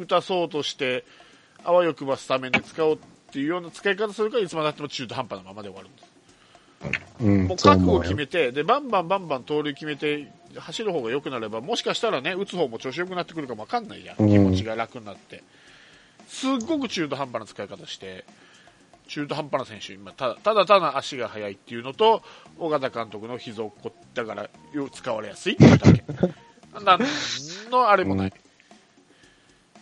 打たそうとして、あわよくばスタメンで使おうっていうような使い方するから、いつまでたっても中途半端なままで終わるんです。うんもうそう覚悟思う決よめて、で、バンバンバンバン盗塁決めて、走る方が良くなれば、もしかしたらね、打つ方も調子良くなってくるかもわかんないやん。気ん持ちが楽になって。すっごく中途半端な使い方して、中途半端な選手、今、ただただただ足が速いっていうのと、尾形監督の膝をこだから、よ使われやすいっていうだけ。なんのあれもない。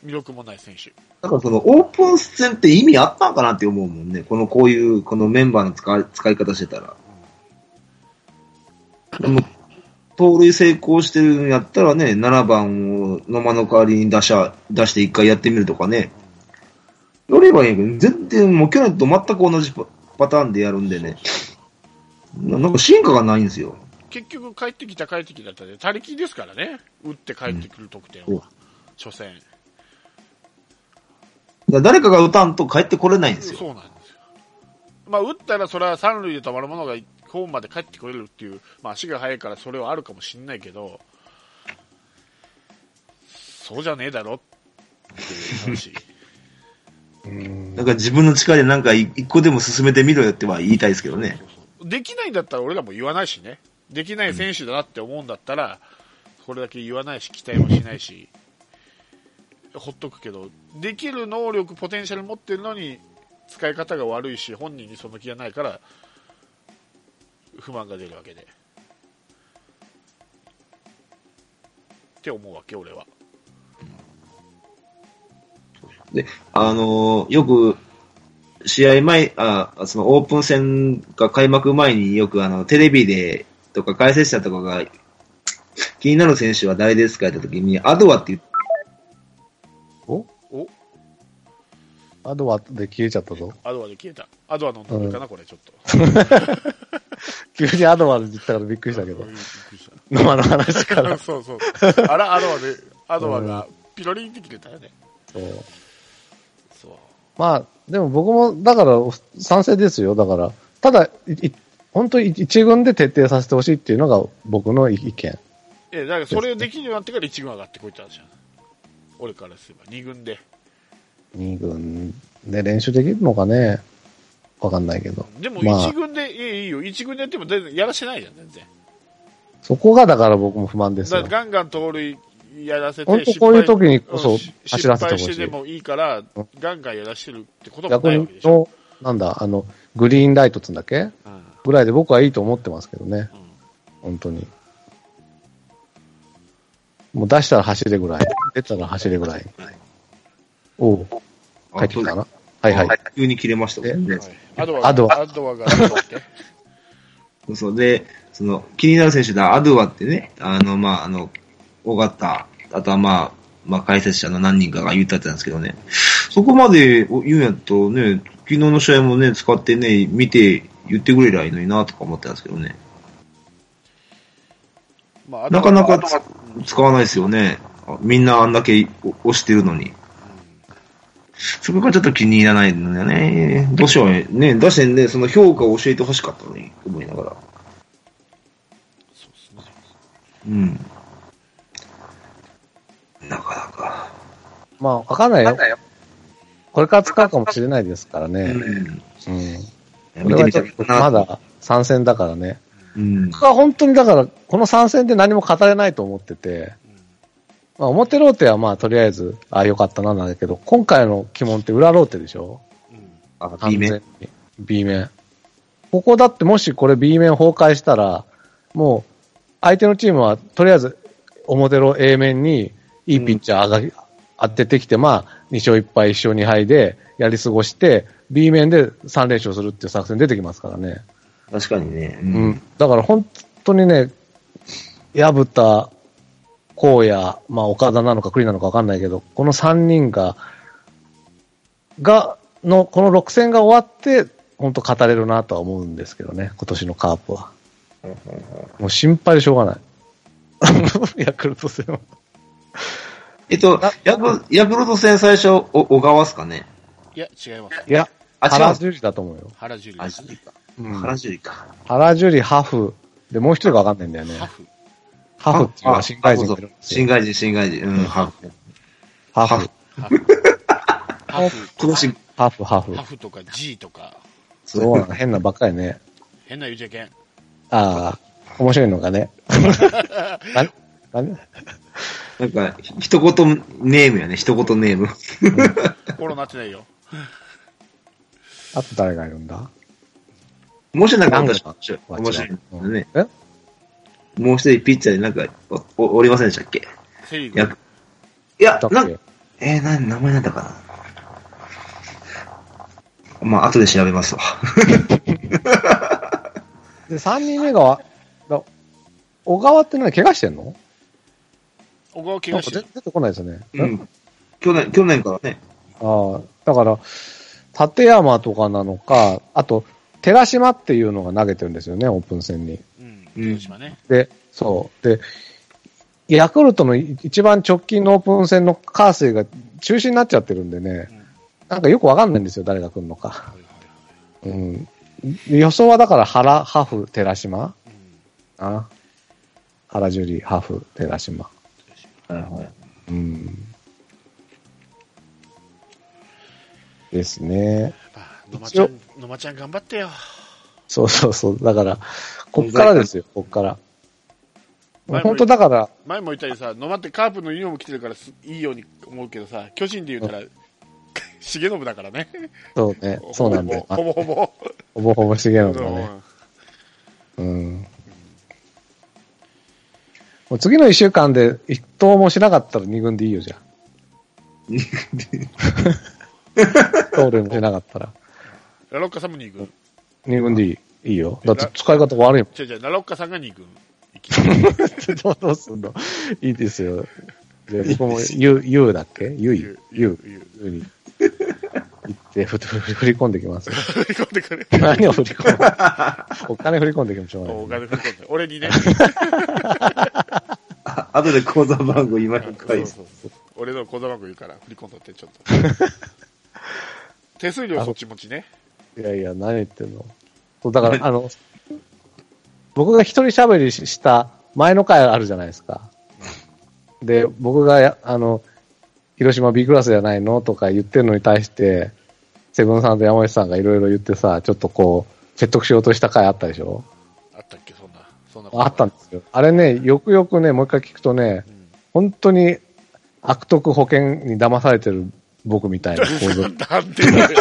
魅力もない選手。なんかそのオープン戦って意味あったんかなって思うもんね。このこういう、このメンバーの使い使い方してたら。でも盗塁成功してるんやったらね、7番を野間の代わりに出しゃ出して一回やってみるとかね。やればいいんやけど、全然もう去年と全く同じパパターンでやるんでね。ななんか進化がないんですよ。結局、帰ってきた帰ってきたって、他力ですからね。打って帰ってくる得点は。うん初戦。だ誰かが打たんと帰ってこれないんですよ。そうなんですよ。まあ、打ったらそれは三塁で止まるものがホームまで帰ってこれるっていう、まあ、足が速いからそれはあるかもしんないけど、そうじゃねえだろっていう話。なんか自分の力でなんかい一個でも進めてみろよっては言いたいですけどね。できないんだったら俺らも言わないしね。できない選手だなって思うんだったら、これだけ言わないし、期待もしないし、ほっとくけど、できる能力、ポテンシャル持ってるのに、使い方が悪いし、本人にその気がないから、不満が出るわけで。って思うわけ、俺は。で、あのーよく、試合前、あ、そのオープン戦が開幕前によくあの、テレビで、とか解説者とかが、気になる選手は誰ですかって言った時に、アドアって言っおおアドワで消えちゃったぞ。アドアで消えた。アドアの飲みかな、これ、ちょっと。急にアドワで言ったからびっくりしたけどうん。 びっくりした生の話か ら。そうそう。あら、アドアで、アドアがピロリンって切れたよね。 そうそう。まあ、でも僕も、だから、賛成ですよ。だから、ただ、いい本当に一軍で徹底させてほしいっていうのが僕の意見。え、だからそれをできるようになってから1軍上がってこいって話じゃん。俺からすれば2軍で。二軍で練習できるのかねわかんないけど。でもまあ1軍で、いいいいよ、1軍でやっても全然やらしてないじゃん、全然。そこがだから僕も不満ですだよから。ガンガン盗塁やらせて、本当失敗こういう時にこそうんし走らせてほしい失敗してでもいいから、ガンガンやらしてるってことも逆ないわにけでしょ。の、なんだ、あの、グリーンライトっつうんだっけうんぐらいで僕はいいと思ってますけどね。本当に。もう出したら走れぐらい。出たら走れぐらい。おう、帰た。ってきたな。はいあ。はい。急に切れましたもんねはい。アドアアドが、アアドアが、どうだっけそうで、その、気になる選手だ、アドアってね、あの、まあ、あの、尾形、あとはまあ、まあ、解説者の何人かが言ったってたんですけどね、そこまで言うんやとね、昨日の試合もね、使ってね、見て、言ってくれりゃいいのにな、とか思ってたんですけどね。まあ、アドなアかがなかつ使わないですよね。あみんなあんだけお押してるのに。そこがちょっと気に入らないんだよね。どうしようね。ね、出してね、その評価を教えてほしかったのに、思いながら。そうっすねうん。なかなか。まあ、わかんないよ。これから使うかもしれないですからうね。ん。うん。こ見れてはちょみたっいとな。ま。だ参戦だからね。うん。僕は本当にだから、この参戦で何も語れないと思ってて、まあ、表ローテはまあ、とりあえず、ああ、よかったな、なんだけど、今回の鬼門って裏ローテでしょうんあ、完いい全ね。に。B 面。ここだってもしこれ B 面崩壊したら、もう、相手のチームはとりあえず、表の A 面に、いいピッチャーが、当ててきて、まあ、2勝1敗、1勝2敗で、やり過ごして、B 面で3連勝するっていう作戦出てきますからね。確かにね。ううんん。。だから本当にね、薮田、荒野、まあ岡田なのか栗なのかわかんないけど、この3人が、が、の、この6戦が終わって、本当語れるなとは思うんですけどね、今年のカープは。もう心配でしょうがない。 ヤクルト戦は。えっとあ、ヤクヤクルト戦最初、お小川っすかね。いや、違います。いや、あ違う原樹里だと思うよ。原樹里あ、でジすュねリ。か。うん原ジュリか。原樹里、ハフ。で、もう一人がわかんないんだよねハ。フ。ハフっていうのはあ新外人があそいうるそんうです新よ。外人、新外人。うん、ハーフ。ハハーフフ。ハフ。ハフ今年、ハーフ、ハーフハ。フとか G とか、そうなんか変なばっかりね。変な言うちゃいけん。ああ、面白いのが ね。ななんなんか、ひ一言ネームやね、一言ネーム。フォローなってないよ。あと誰がいるんだもしなんかあ何ったでらし面白い。面白いよね。えもう一人ピッチャーでなんかおお、おりませんでしたっけセリーグ。やいやだ、っなんけえー、な、名前なんだかな。まあ、後で調べますわ。で、3人目が、だ小川って何、怪我してんの小川怪なん我かし出てる。出てこないですよね。うん。 去年、去年からね。ああ、だから、立山とかなのか、あと、寺島っていうのが投げてるんですよね、オープン戦に。うん。うん広島ね。で、そう。で、ヤクルトのい一番直近のオープン戦のカーセイが中止になっちゃってるんでねうん、なんかよくわかんないんですよ、誰が来るのか。はいはいはいうん。予想はだから原、ハフ、寺島うんかな。原樹里、ハフ、寺島。はいはい。うん。ですね。まあ野間ちゃん、野間ちゃん頑張ってよ。そうそうそう。だから、こっからですよ、こっから。本当だから、前も言ったようにさ、野間ってカープのユニフォーム着てるからすいいように思うけどさ、巨人で言 ったら、重信だからね。そうね、そうなんだよ。ほぼほぼ。ほぼほぼ茂野ほぼだほぼね。うん。もう次の一週間で一投もしなかったら二軍でいいよ、じゃあ。盗塁もしなかったら。ラロッカさんも2軍。二軍でいい。いいよ。だって使い方悪いもん。違う違う、ラロッカさんが2軍。 どうすんのいいですよ。で僕も、ゆ、ゆうだっけゆいゆ。ゆう。言う。ふうに言って、ふと ふ振り込んできます。振り込んでくれ。何を振り込む お金振り込んできましょうがないお金振り込んで。俺にね。あ後で口座番号今そう書いて。そうそう俺の小座番号言うから、振り込んだって、ちょっ と。手数料そっち持ちね。いやいや、何言ってんの。そうだから、あの、僕が一人喋りしした前の回あるじゃないですか。で、僕がや、あの、広島 B クラスじゃないのとか言ってるのに対して、セブンさんと山内さんがいろいろ言ってさ、ちょっとこう、説得しようとした回あったでしょあったっけ、そんな。そんなことあったんですよ。あれね、よくよくね、もう一回聞くとね、うん本当に悪徳保険に騙されてる僕みたいな構造。なんでだ よ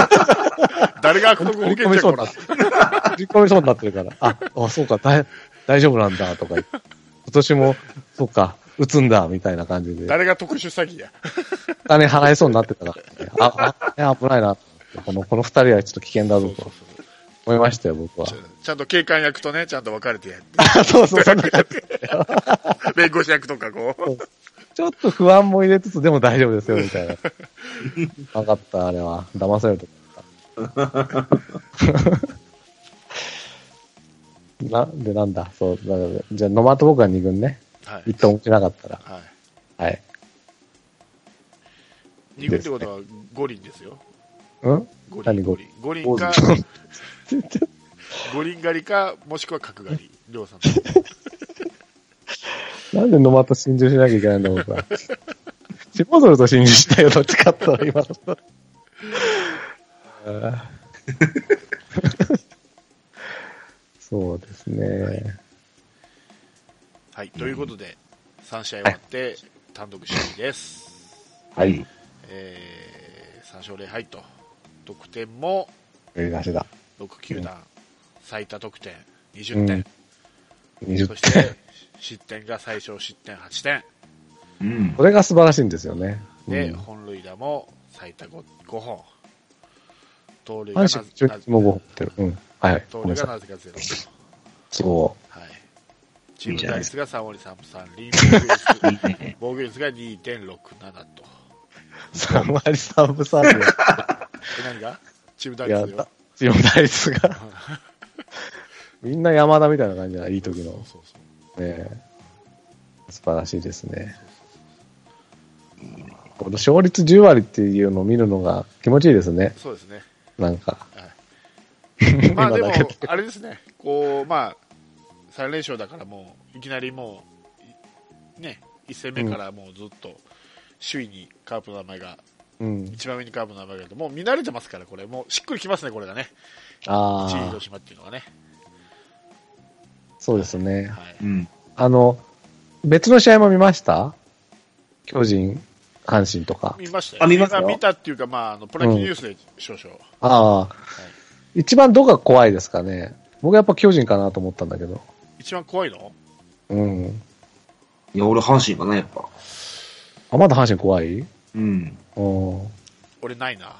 誰が悪徳保振り込険み者そうにこ なっらて。振り込みそうになってるから。あ、あそうか、だい大丈夫なんだ、とか言って。今年も、そうか、打つんだ、みたいな感じで。誰が特殊詐欺や。お金払えそうになってたから、ね。あ、あ、ね危ないなと思って。この、この二人はちょっと危険だぞ、と思いましたよ、僕は。 ちゃんと警官役とね、ちゃんと分かれてやって。あ そうそう、そんな感じ。弁護士役とかこう。ちょっと不安も入れつつ、でも大丈夫ですよ、みたいな。分かった、あれは。騙されると思った。 な、で、なんだ、そう、だからじゃあ、野間と僕は2軍ね。はい。一投もしなかったら。はい。はい。二軍ってことは五輪ですよ。うん五輪。何五五輪輪。五輪か、五輪狩りか、もしくは角狩り。りょうさんの。なんで野間と心中しなきゃいけないんだ、僕 は。シモドルと心中したよ、どっちかって言ったら今の と。あーそうですね。はい。ということで、三試合終わって、単独首位です。はい。えー、3勝0敗と。得点も売り出しだ。 6球団、最多得点20点。そ20し点て。、失点が最小失点8点。うん。これが素晴らしいんですよね。で、うん本塁打も最多 5, 5本。盗塁がな阪神、中な日も5本打ってる。うん。はい。盗ごめん塁ながさい。なぜかゼロ。そはい。チーいムじゃな打いで率すが3割3分3厘、防御率いいね防御率が2.67と。う。3割3分3分。え、何がチーム打いや、率よだ。チーム打率が。みんな山田みたいな感じだ、いい時の。そうそうねえ素晴らしいですね。この勝率10割っていうのを見るのが気持ちいいですね。そうですね。なんか。 まあでも今だけ、あれですね、こう、まあ、3連勝だからもう、いきなりもう、いね、1戦目からもうずっと、首位にカープの名前がうん。一番上にカーブの名前だけど、もう見慣れてますから、これ、もうしっくりきますね、これがね、あ1位あ広、島っていうのはね。そうですね。はい、うん。あの、別の試合も見ました巨人、阪神とか。見ましたよ。あ見ましたよ見たっていうか、まあ、あのプロ野球ニュースで少々。ああ、一番どこが怖いですかね。僕やっぱ巨人かなと思ったんだけど。一番怖いのうん。いや、俺、阪神かな、やっぱ。あ、まだ阪神怖いうん。うん。俺ないな。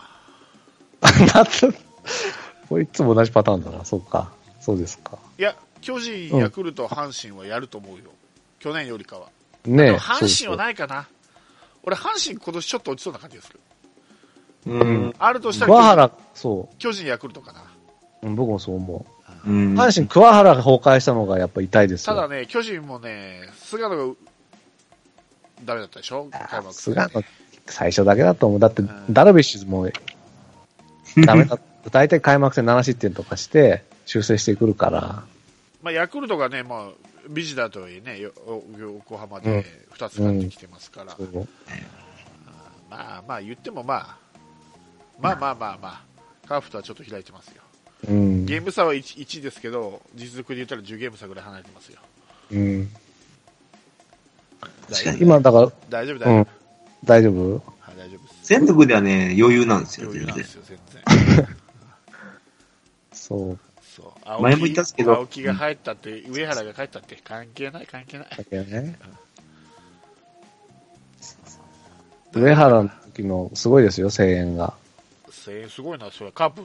また、 これいつも同じパターンだな。そうか。そうですか。いや、巨人、うんヤクルト、阪神はやると思うよ。去年よりかは。ねえでも。阪神はいないかな。俺、阪神今年ちょっと落ちそうな感じがする。うん。あるとした桑ら原、そ巨人、巨人ヤクルトかな。う。うん僕もそう思うう。ん。阪神、桑原が崩壊したのがやっぱ痛いですたよ。だね、巨人もね、菅野がダメだったでしょ、開幕戦菅野、最初だけだと思う。だって、ダルビッシュも、ダメだ。 大体開幕戦7失点とかして、修正してくるから。まあ、ヤクルトがね、まあ、ビジターとはいえね、よ横浜で2つ勝ってきてますから、そうまあまあ言ってもまあ、まあまあまあまあ、カープとはちょっと開いてますよ。うん。ゲーム差は 1, 1ですけど、実力で言ったら10ゲーム差ぐらい離れてますよ。うん。大丈夫、今、だから、大丈夫、大う丈ん。大丈夫夫はい大丈夫です。戦力ではね、余裕なんですよ、余裕な全んで然。すよ、全然。 そう。そう前も言ったんですけど青木が入ったって、上原が帰ったって、関係ない、関係ない。だけどね。 上原の時の、すごいですよ、声援が。声援すごいな、それカープ、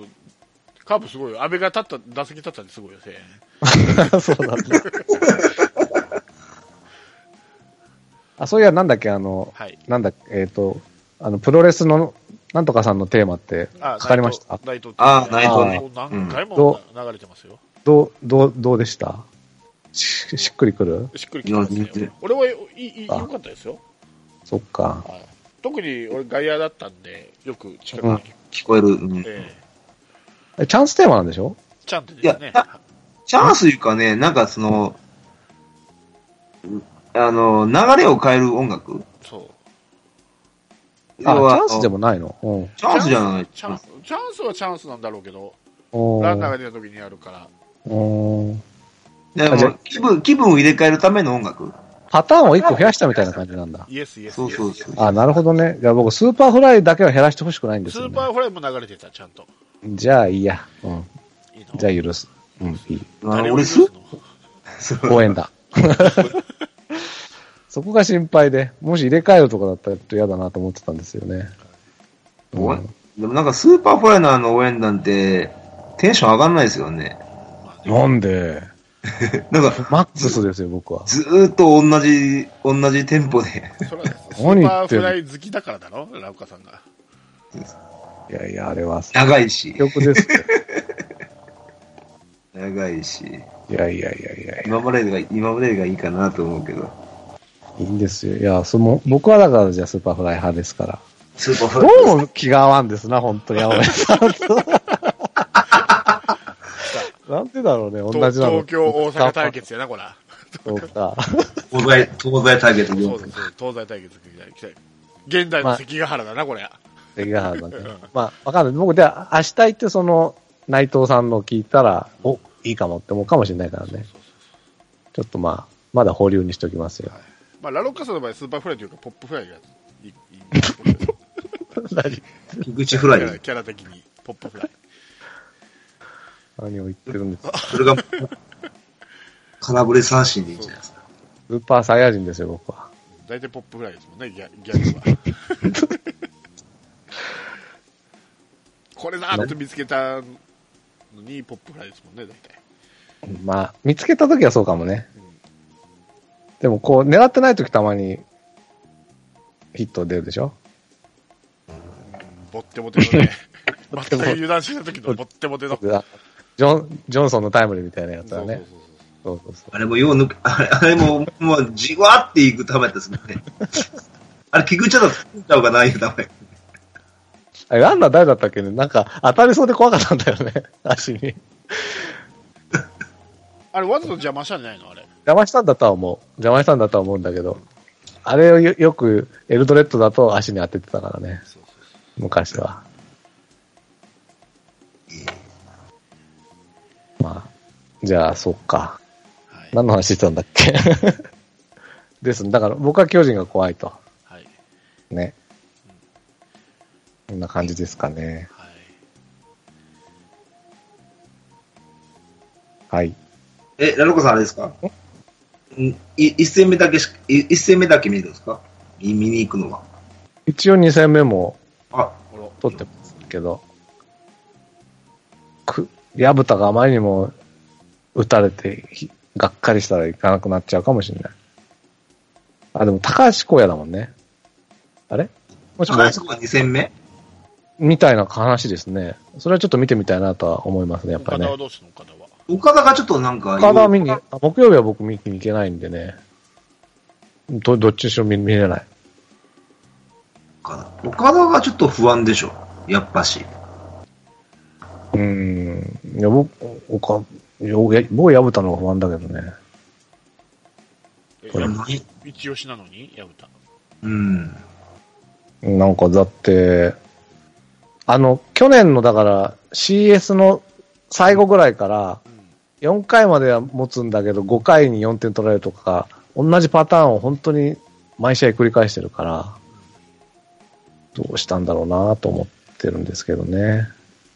カープすごいよ。安倍が立った、打席立ったんですごいよ、声援。 そうだね。 あ、そういや、なんだっけ、あの、はい。なんだっけ、えっ、と、あの、プロレスの、なんとかさんのテーマって、あかかりました。内藤あ内藤ねねもう何回もど流れてますよ。どう、どう、どうでしたししっくりくるしっくりきてますいねや全然。俺はいいいい良あかったですよ。そっか。はい特に俺外野だったんで、よく近くに、うん聞こえる。うんえええチャンステーマなんでしょちゃんとですねい。やチャンスいうかね、なんかその、あの、流れを変える音楽そう。あ、チ要はャンスでもないのうんチャンスじゃない。チャンス、チャンスはチャンスなんだろうけど、おー。ランナーが出た時にやるから。おーであじゃあも気分、気分を入れ替えるための音楽。パターンを一個増やしたみたいな感じなんだ。イエスイエス。そうそうイエスそう。あ、なるほどね。いや、僕、スーパーフライだけは減らしてほしくないんですスよ、ーね。パーフライも流れてた、ちゃんと。じゃあ、いいや。うん。いいのじゃあ、許す。うん、いい。あ誰をの俺許スすー、の応援だ。そこが心配で、もし入れ替えるとかだったらちょっと嫌だなと思ってたんですよね。応援でもなんかスーパーフライのあの応援団って、テンション上がんないですよね。なんでなんか、マックスですよ、僕は。ずーっと同じ、同じテンポで。それはス何ー言パーってんフのライ好きだからだろラウカさんが。いやいや、あれは、長いし、曲ですよ。長いし。いやいやいやいやいや、今までが、今までがいいかなと思うけど。いいんですよ。いや、その、僕はだから、じゃあ、スーパーフライ派ですから。スーパーフライ。どうも気が合わんですな、本当に、青山さんと。なんでだろうね、同じな東。の東京、大阪対決やな、こら。そうか。東西、東西ターゲットそう4ですね。東西対決みたいな。現代の関ヶ原だな、これ。関ヶ原だね。まあ、わかんない。僕、で、明日行って、その、内藤さんの聞いたら、お、いいかもって思うかもしれないからね。ちょっとまあ、まだ保留にしておきますよ。まあ、ラロッカさんの場合、スーパーフライというか、ポップフライがいい、いい菊池フラキャライ。キャラ的に、ポップフライ。何を言ってるんですか。それが、空振り三振でいいんじゃないですか。スーパーサイヤ人ですよ、僕は。大体ポップフライですもんね、ギャギャグは。これだーって見つけたのに、ポップフライですもんね、大体。まあ、見つけた時はそうかもね。でも、こう、狙ってない時たまに、ヒット出るでしょボッテボテの ね。全く油断しない時のボッテボテの。あジョン、ジョンソンのタイムリーみたいなやつそはうそうね。そうそうそう。あれもよう抜く、あれあれも、もう、じわっていくためですもんね。あれ、菊池だと、作っちゃうがないよ、ダメ。あれ、ランナー誰だったっけねなんか、当たりそうで怖かったんだよね。 足に。あれ、わざと邪魔したんじゃないのあれ。邪魔したんだとは思う。邪魔したんだとは思うんだけど。あれをよよく、エルドレッドだと足に当ててたからね。そうそうそう昔は。まあ、じゃあ、そっか。はい。何の話してたんだっけ です。だから、僕は巨人が怖いと。はい。ね。こんな感じですかね。はい。はい。え、ラロコさんあれですかんい一戦目だけし、い一戦目だけ見るんですかい見に行くのは。一応2戦目もあ、ほら。取ってますけど、く、矢蓋があまりにも打たれてひ、がっかりしたらいかなくなっちゃうかもしれない。あ、でも高橋光也だもんね。あれもしも高橋君は二戦目みたいな話ですね。それはちょっと見てみたいなとは思いますね、やっぱ岡り田はね。どうするの岡田は。岡田がちょっとなんか、岡田は見に、あ木曜日は僕見に行けないんでね。ど、どっちにしろ見見れない。岡田岡田がちょっと不安でしょ。やっぱし。うーん。いや、僕、おか、いや僕、僕、矢蓋の方が不安だけどね。えこれや一押しなのに、矢蓋。うん。なんかだって、あの、去年のだから CS の最後ぐらいからうん。 4回までは持つんだけど5回に4点取られるとか、同じパターンを本当に毎試合繰り返してるから、どうしたんだろうなと思ってるんですけどね。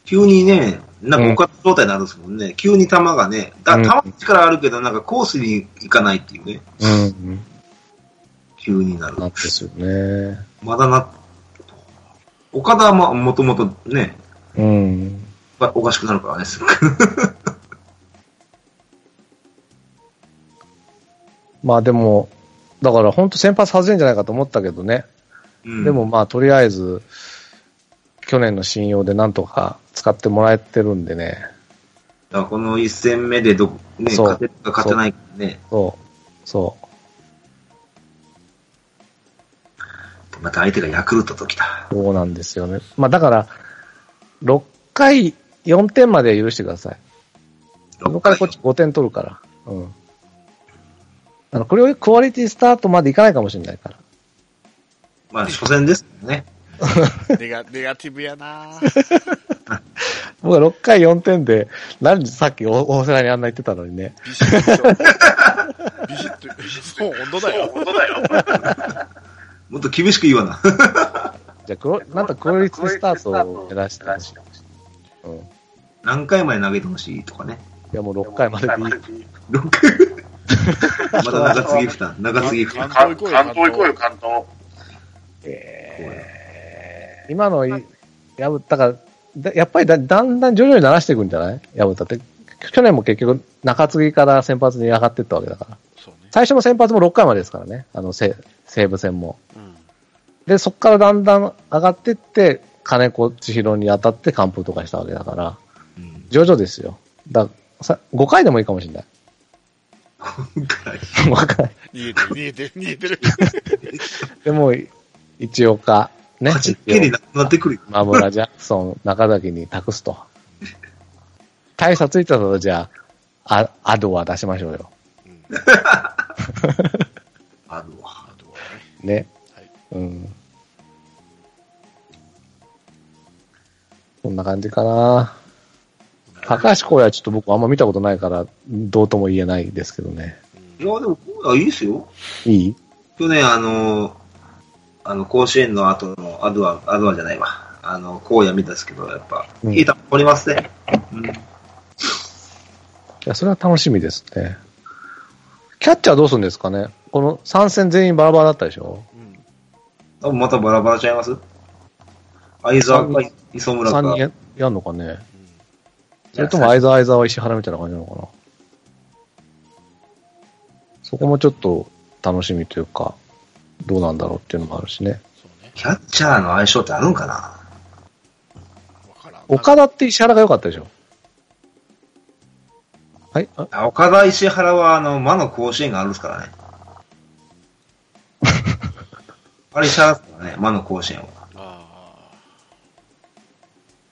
急にね、なんか岡田状態になるんですもんね。急に球がね、だうん球の力あるけど、なんかコースに行かないっていうね。うん。急になるな。んですよね。まだな、岡田はまあもともとね、うん。おかしくなるからね、 すぐ。まあでも、だから本当先発外れんじゃないかと思ったけどね。うんでも、まあ、とりあえず、去年の信用でなんとか使ってもらえてるんでね。だからこの一戦目でど、ね、そう勝てるか勝てないかね、そう。そう。また相手がヤクルトときた。そうなんですよね。まあ、だから、6回4点までは許してください。そのからこっち5点取るから。うん。あの、これをクオリティスタートまでいかないかもしれないから。まあ、初戦ですもんね。ネガ、ネガティブやな僕は6回4点で、なんでさっきお大瀬良にあんな言ってたのにね。ビシッと。ビシッと。そう、本当だよ。本当だよ。もっと厳しく言わな。 じゃあクオ、なんかクオリティスタートを目指してほしい。うん。い何回まで投げてほしいとかね。や、もう6回まででいい。 6まだ中継ぎ負担、中継ぎ負関担。東行こうよ、関東行こうよ。関東。今のい、やぶ、だから、だやっぱりだだんだん徐々に慣らしていくんじゃないやぶたって。去年も結局、中継ぎから先発に上がっていったわけだから。そうね。最初の先発も6回までですからね。あの、せ西武戦も。うん。で、そこからだんだん上がっていって、金子千尋に当たって完封とかしたわけだから、うん徐々ですよ。ださ5回でもいいかもしれない。 今回5回。逃げてる、逃げてる、逃げてる。でも、一岡、ね。勝ちっきりなくなってくるよ。今村ジャクソン、中崎に託すと。大差ついたら、じゃあ、あ、アドは出しましょうよ。うんあの、あとはね。ね。はいうん。こんな感じかな。高橋光也はちょっと僕あんま見たことないから、どうとも言えないですけどね。うんいや、でも、こうはいいですよ。いい去年、あの、あの、甲子園の後の、アドア、アドアじゃないわ。あの、荒野見たんですけど、やっぱ、うんいい球掘りますね。うん。いや、それは楽しみですね。キャッチャーどうするんですかねこの3戦全員バラバラだったでしょうん。多分またバラバラちゃいます相沢か磯村 ?3 か人。ややんのかねうんそれとも相沢相沢は石原みたいな感じなのかなそこもちょっと楽しみというか、どうなんだろうっていうのもあるしね。そうね。キャッチャーの相性ってあるんかなわからん。岡田って石原が良かったでしょはいああ岡田石原は、あの、魔の甲子園があるんですか らね。あれ石原ですからね、魔の甲子園は。あ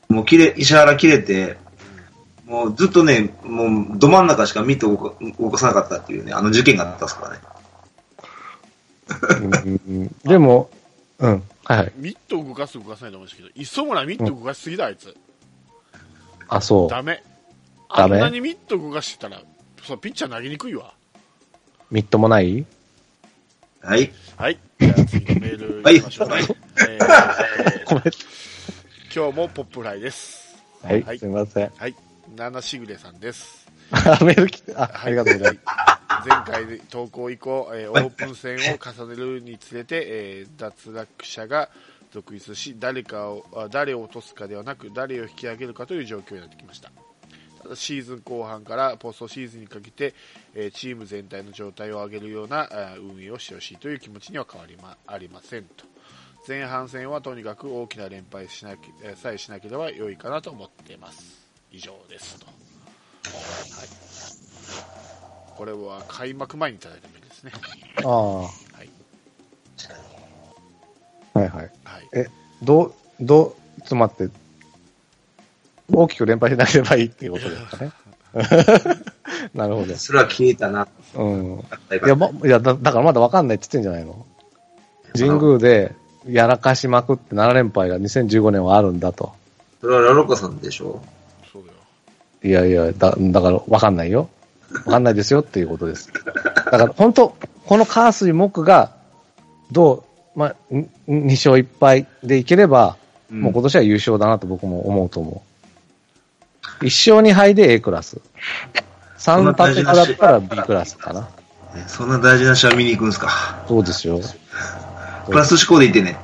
もう切れ、石原切れて、もうずっとね、もうど真ん中しか見て動か動かさなかったっていうね、あの事件があったんですからね。うんでも、うん。はいはい。ミット動かす動かさないと思うんですけど、磯村ミット動かしすぎだ、あいつ。あ、そう。ダメ。あダんメなにミット動かしてたら、そうピッチャー投げにくいわ。みっともないはい。はい。じゃあ次のメールは行いきましょうか。はいえーごめん。今日もポップフライです。はい、はいすみません。 はい。ナナシグレさんです。あメール来て、あ、ありがとうございます。ます。前回で投稿以降、えーオープン戦を重ねるにつれて、えー脱落者が続出し、誰かを、あ誰を落とすかではなく、誰を引き上げるかという状況になってきました。ただシーズン後半からポストシーズンにかけて、えーチーム全体の状態を上げるようなあー運営をしてほしいという気持ちには変わりまありませんと。前半戦はとにかく大きな連敗しなきえーさえしなければ良いかなと思っています。以上ですと。これは開幕前にいただいたメールですね。ああ、ははい。いはい。はい。え、どう、どう、ちょっと待って、大きく連敗しなければいいっていうことですか ね。なるほど。それは聞いたな。うん。いいや、ま、いやだ、だからまだわかんないって言ってんじゃないの神宮でやらかしまくって7連敗が2015年はあるんだと。それはラロカさんでしょそうだよ。いやいや、だ、だからわかんないよ。わかんないですよっていうことです。だから本当、このカースイ木が、どう、まあ、んん2勝1敗でいければ、うんもう今年は優勝だなと僕も思うと思う。1勝2敗で A クラス。3立てだったら B クラスかな。ねそんな大事な試合見に行くんですか。そうですよ。プラス思考でいてね。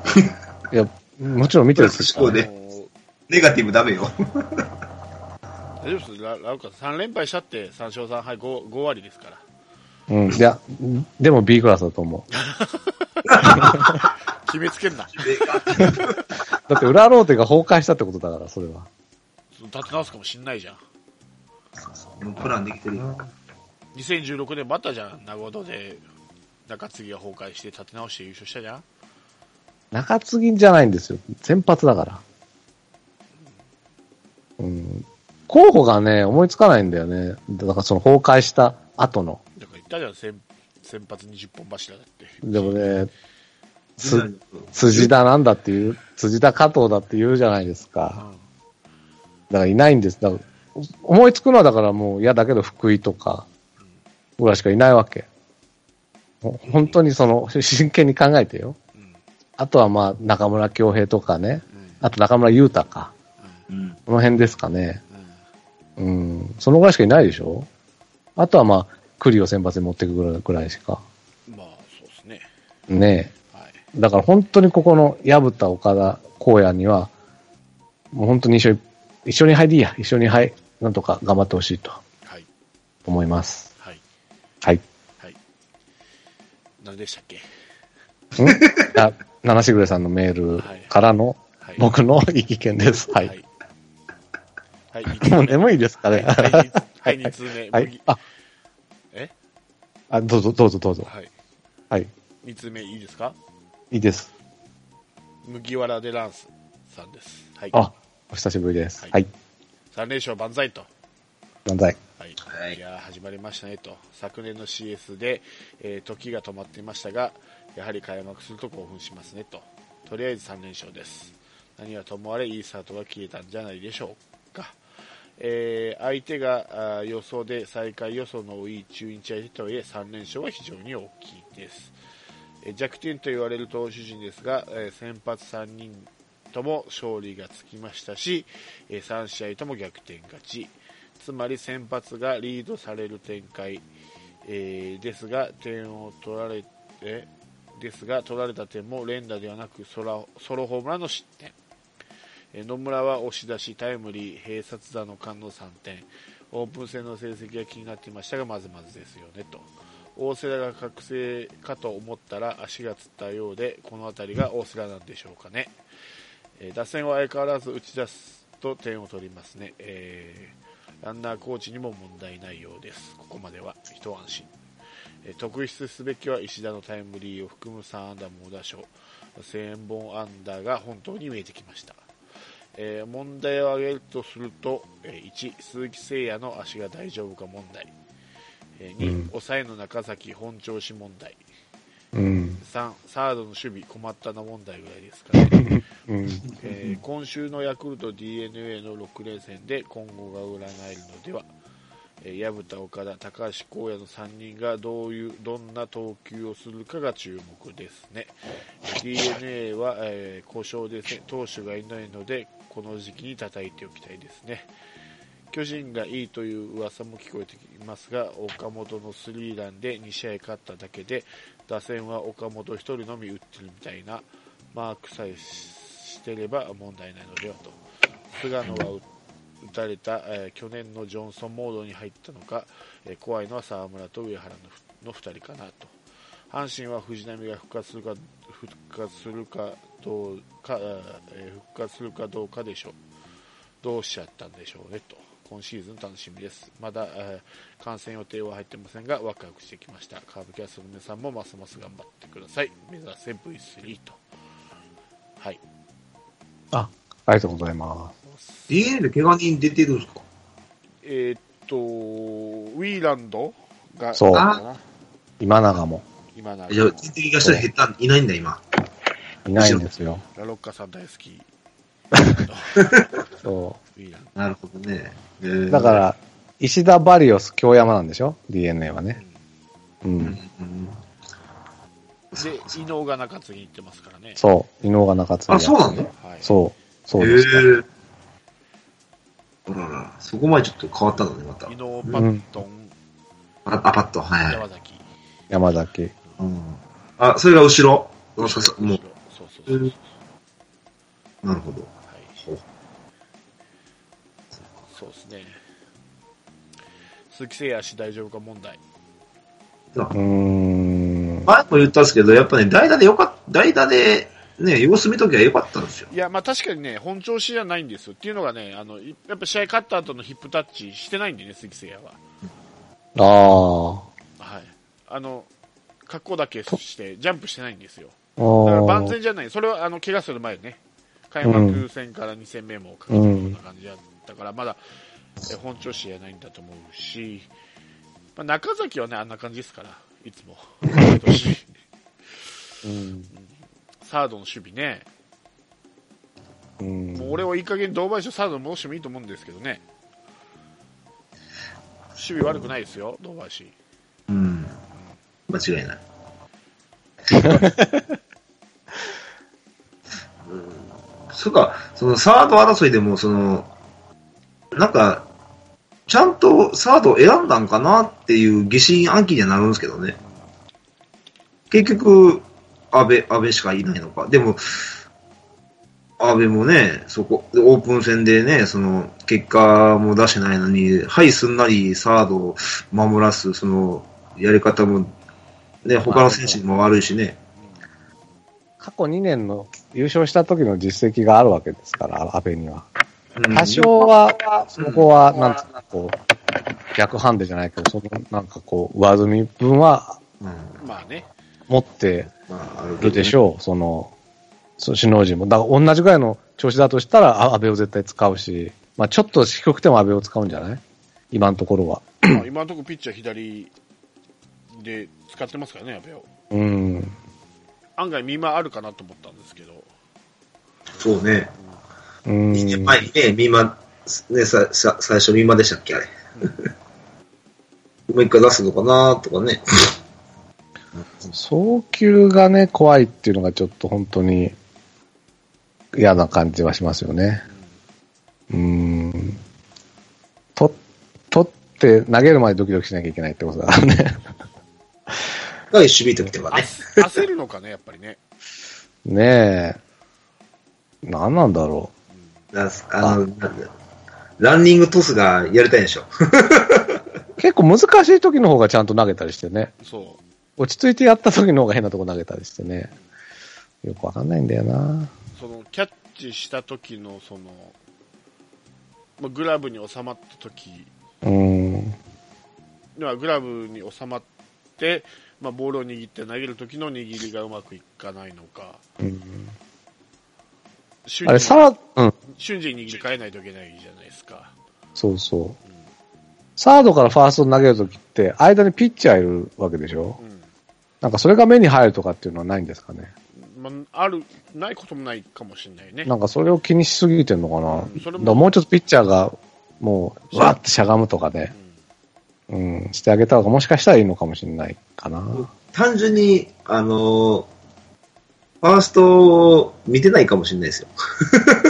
いや、もちろん見てるんですそうねあのーネガティブダメよ。大丈夫ですララウカ3連敗したって3勝3敗 5, 5割ですから。うん。いや、でも B クラスだと思う。決めつけんな。だって裏ローテが崩壊したってことだから、それは。立て直すかもしんないじゃん。もうプランできてるよ。 2016年またじゃん。名古屋で中継ぎが崩壊して立て直して優勝したじゃん。中継ぎじゃないんですよ。先発だから。うん。候補がね、思いつかないんだよね。だからその崩壊した後の。だから言ったじゃん。先先発20本柱だって。でもね、つ、辻田なんだっていう、辻田加藤だって言うじゃないですか。だからいないんです。だから思いつくのはだからもう嫌だけど福井とか、ぐらいしかいないわけ。ほ本当にその、真剣に考えてよ。うん。あとはまあ中村京平とかね。うん。あと中村優太か。うん。この辺ですかね。うん。うん。そのぐらいしかいないでしょあとはまあ、栗を選抜に持っていくぐらいぐらいしか。まあ、そうですね。ねはい。え。だから本当にここの薮田、岡田、荒野には、もう本当に一緒に、一緒に入りいいや。一緒に入、なんとか頑張ってほしいとはい。思います。はい。はい。んはい。何でしたっけ あ、七しぐれさんのメールからのはい、僕の意見です。はは。。いはい。もう眠いですかはいね。はい。はい。2通目。 は麦い。あ、えあ、どうぞ、どうぞ、どうぞ。はい。はい。 2通目いいですかいいです。麦わらでランスさんです。はい。あ、お久しぶりです。ははいい。 3連勝万歳と。万歳。はい。はいいやー、始まりましたねと。昨年の CS で、えー時が止まっていましたが、やはり開幕すると興奮しますねと。とりあえず3連勝です。何はともあれ、いいスタートが消えたんじゃないでしょうか。えー相手があー予想で最下位予想の多い中日相手とはいえ3連勝は非常に大きいです。えー弱点と言われる投手陣ですが、えー先発3人とも勝利がつきましたし、え3試合とも逆転勝ちつまり先発がリードされる展開、えーですが点を取られえですが取られた点も連打ではなくソラソロホームランの失点えー野村は押し出しタイムリー併殺打の間の3点オープン戦の成績が気になっていましたがまずまずですよねと大瀬良が覚醒かと思ったら足がつったようでこの辺りが大瀬良なんでしょうかね、えー打線は相変わらず打ち出すと点を取りますね、えーランナーコーチにも問題ないようですここまでは一安心えー特筆すべきは石田のタイムリーを含む3安打猛打賞1000本安打が本当に見えてきましたえー問題を挙げるとすると、えー1、鈴木誠也の足が大丈夫か問題、えー2、抑えの中崎本調子問題、うん。 3、サードの守備困ったな問題ぐらいですから、ねうん。えー今週のヤクルト d n a の6連戦で今後が占えるのでは、えー薮田、岡田、高橋光也の3人がどういうどんな投球をするかが注目ですね d n a は、えー故障でせ投手がいないのでこの時期に叩いておきたいですね巨人がいいという噂も聞こえてきますが岡本のスリーランで2試合勝っただけで打線は岡本1人のみ打ってるみたいなマークさえしてれば問題ないのではと菅野は打打たれた、えー去年のジョンソンモードに入ったのか、えー怖いのは沢村と上原のふの2人かなと阪神は藤浪が復活するか復活するかどうか、えー復活するかどうかでしょうどうしちゃったんでしょうねと今シーズン楽しみですまだ、えー観戦予定は入ってませんがワクワクしてきましたカーブキャストの皆さんもますます頑張ってください目指せ V3 とはいあ、ありがとうございます。 DNA で怪我人出てるんですかえーっとウィーランドがそうかな今永も今なじゃあ、人的がしたら減った、いないんだ、今。いないんですよ。ラロッカさん大好 きそウィーランドなるほどね。えう。ーだか、ら、石田バリオス京山なんでしょ ?DNA はね。ううんん。うんで伊能が中継ぎに行ってますからねそう。伊能が中継ぎ。あ、そうなのはいそう。そうへでした。え。あらら、そこまでちょっと変わったのね、また伊。能パットン、あ、あパッと、はいはい。山崎山崎。うんあ、それが後ろ。もしかしたらもそうそうそうそうう、なるほど。はいほうそうですね鈴木誠也氏大丈夫か問題うーん。前も言ったんですけど、やっぱね、代打でよかった、代打で、ね、様子見ときゃよかったんですよ。いやまあ確かにね本調子じゃないんですよっていうのがねあのいやっぱ試合勝った後のヒップタッチしてないんでね鈴木誠也はああ。はい、あの格好だけしてジャンプしてないんですよ、あだからー万全じゃない、それはあの怪我する前ね、開幕戦から2戦目もかけてるような感じだったから、まだえ本調子じゃないんだと思うし、まあ、中崎はねあんな感じですから、いつも、毎 年うんサードの守備ね、うんもう俺はいい加減同賠してサードに戻してもいいと思うんですけどね、守備悪くないですよ、堂林。うん。間違いない。うん、そうか、そのサード争いでも、その、なんか、ちゃんとサードを選んだんかなっていう疑心暗鬼にはなるんですけどね。結局、安倍、安倍しかいないのか。でも、安倍もね、そこ、オープン戦でね、その、結果も出してないのに、はい、すんなりサードを守らす、その、やり方も、ね、他の選手にも悪いしね。過去2年の優勝した時の実績があるわけですから、安倍には。うん多少は、そこは、なんつうか、こう、逆ハンデじゃないけど、その、なんかこう、上積み分はうん。まあね、持ってまあ、あるるでしょょう、その、そ首脳陣も。だから同じぐらいの調子だとしたら、あ安倍を絶対使うし、まあちょっと低くても安倍を使うんじゃない今のところは。まあ今のところピッチャー左で使ってますからね、やべよ。うん。案外見間あるかなと思ったんですけど、そうね。うん。 2年前にね、ミーマン、ね、さ、さ、最初ミーマンでしたっけ、あれ。 もう一回出すのかなとかね。早球がね、怖いっていうのがちょっと本当に嫌な感じはしますよね。うーん。と、取って投げるまでドキドキしなきゃいけないってことだからね。 が守備ときとかあね。焦るのかね、やっぱりね。ねえ。なんなんだろなあの、なんだランニングトスがやりたいんでしょ。う。結構難しい時の方がちゃんと投げたりしてね。そ落ち着いてやった時の方が変なとこ投げたりしてね。よくわかんないんだよな。う。その、キャッチした時の、その、まあグラブに収まった時うん。のは、グラブに収まって、まあ、ボールを握って投げる時の握りがうまくいかないのか、うん瞬あれ、時さにあ、うん。瞬時に握り変えないといけないじゃないですか。そうそう。サードからファーストに投げるときって、間にピッチャーいるわけでしょうん。なんかそれが目に入るとかっていうのはないんですかね。まあ、ある、ないこともないかもしれないね。なんかそれを気にしすぎてんのかうんそな。れもだからもうちょっとピッチャーが、もう、そうわーってしゃがむとかでう、んうん、してあげた方がもしかしたらいいのかもしれないかな。単純に、あのーファーストを見てないかもしれないですよ。